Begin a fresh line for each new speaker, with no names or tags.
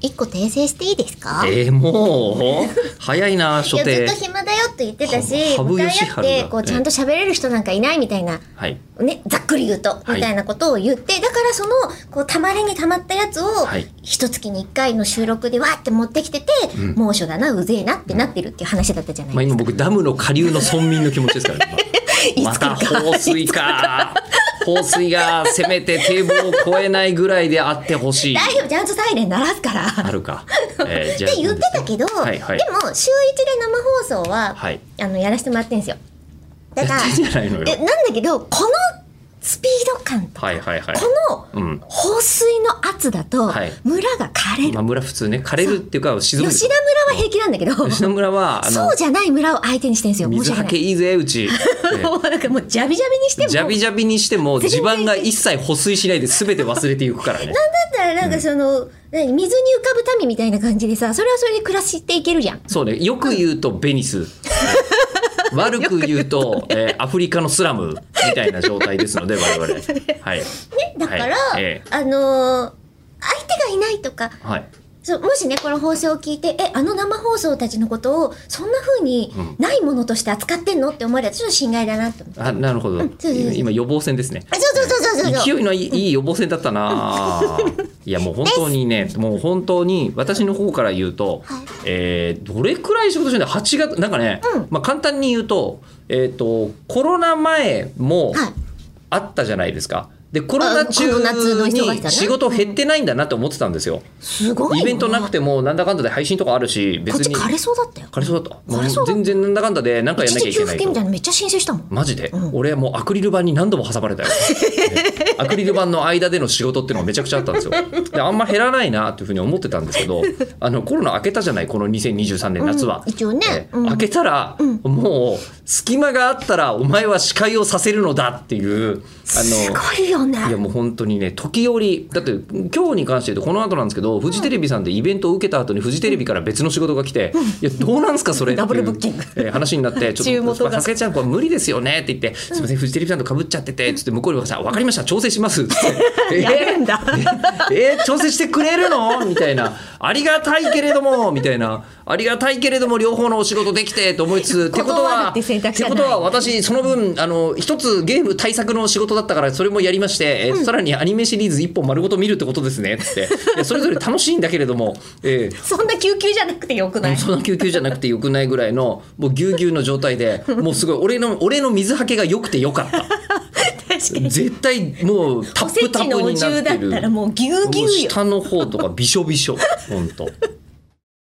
一個訂正していいですか
えー、もう早いな初
いやず
手
っと暇だよって言ってたし
は
向
羽
かい
生善治
合っ
が
てこうちゃんと喋れる人なんかいないみたいな、
はい
ね、ざっくり言うと
い
みたいなことを言って、だからそのこうたまりにたまったやつを
はい
一月に一回の収録でわーって持ってきてて、
うん
猛暑だなうぜえなってなってるっていう話だったじゃない
まあ
です
今
か。
僕ダムの下流の村民の気持ちですから、ね、今また
いつか
放水か放水がせめて堤防を越えないぐらいであってほしい
大丈夫ちゃんとサイレン鳴らすから。
あるか、 えーじ
って言ってたけど、
はいはい
でも週一で生放送は、
はい
あのやらせてもらってんですよ。だか
や
ら
ってんじゃないのよ
えなんだけどこのスピード感と
はいはいはい
こ
う
の
ん
放水の圧だと
はい
村が枯れる、
まあ、村普通ね枯れるっていうか沈む
吉田村は平気なんだけど
吉野村はあの
そうじゃない村を相手にしてるんですよ申し
水
訳
は
な
け
い。
いいぜう ち、え
もうなんかもうジャビジャビにして
え
も
ジャビジャビにしても
全然
地盤が一切補水しないで全て忘れていくから ね
だったらなんかその、何水に浮かぶ民みたいな感じでさそれはそれで暮らしていけるじゃん。
そうねよく言うとベニス悪く言うと、ええアフリカのスラムみたいな状態ですので我々はい
ね、だから、
はいええ
あのー相手がいないとか
はい
そうもしねこの放送を聞いてえあの生放送たちのことをそんな風に
うん
ないものとして扱ってんのって思われたらちょっと心外だなって思う。
あなるほど
んそうそうそう
今予防線ですね
あそうそうそうそうそう
勢いのいいいい予防線だっ たな、いやもう本当にねもう本当に私の方から言うと、
はい
えーどれくらい仕事してんだ8月なんかね、
うん
まあ、簡単に言うと,、えー、とコロナ前も
はい
あったじゃないですか。でコロナ中
あコロナ中の人がいた
に
ね
仕事減ってないんだなって思ってたんですよ。
すごい
イベントなく
て
てもなんだかんだで配信とかあるし
こっ
別
ち
に
枯れそうだったよ
枯れそうだった。も
枯れそう
う
だった
全然なんだかんだで何かやん
一
なき
時
ゃいけ
給
な
付
い
金みた
と
いなのめっちゃ申請したもん
マジで、
うん
俺はもうアクリル板に何度も挟ま れたよねアクリル板の間での仕事っていうのがめちゃくちゃあったんですよであんま減らないなっていうふうに思ってたんですけ どあのコロナ明けたじゃないこの2023年夏は、
うん一応ね
ええ
うん
明けたら、
ん
もう隙間があったらお前は司会をさせるのだっていうあ
す
の
ごいよね
いやもう本当にね時折だって今日に関して言うとこの後なんですけどフジテレビさんでイベントを受けた後にフジテレビから別の仕事が来て「いやどうなんすかそれ」ってい
ダブル
う
ブッキング
えー話 になって「ち
注
ょっ
文
と
と
まあ
か
さすがにちゃんこれ無理ですよね」って言って「すいませんフジテレビさんとかぶっちゃってて」つって向こうにもさ「分かりました調整します」っつ って「
やるんだ
え ーえー調整してくれるの?」みたいな「ありがたいけれども」みたいな「ありがたいけれども両方のお仕事できて」と思い つつってこと
断る
は
って選択肢はない
ってことは私その分あの一つゲーム対策の仕事だったからそれもやりまして、えーさらにアニメシリーズ一本丸ごと見るってことですねっつっていやそれぞれ楽しいんだけれども、えー
そんな救急じゃなくてよくない
そんな救急じゃなくてよくないぐらいのもうぎゅうぎゅうの状態でもうすごい俺の俺の水はけが良くてよかった
確かに
絶対もうタ
お
ッ
せ
プタッ
ちの
プ
お
にな
重
っ
だ
て
った
る
らもうぎゅうぎゅうよ
下の方とかびしょびしょ本当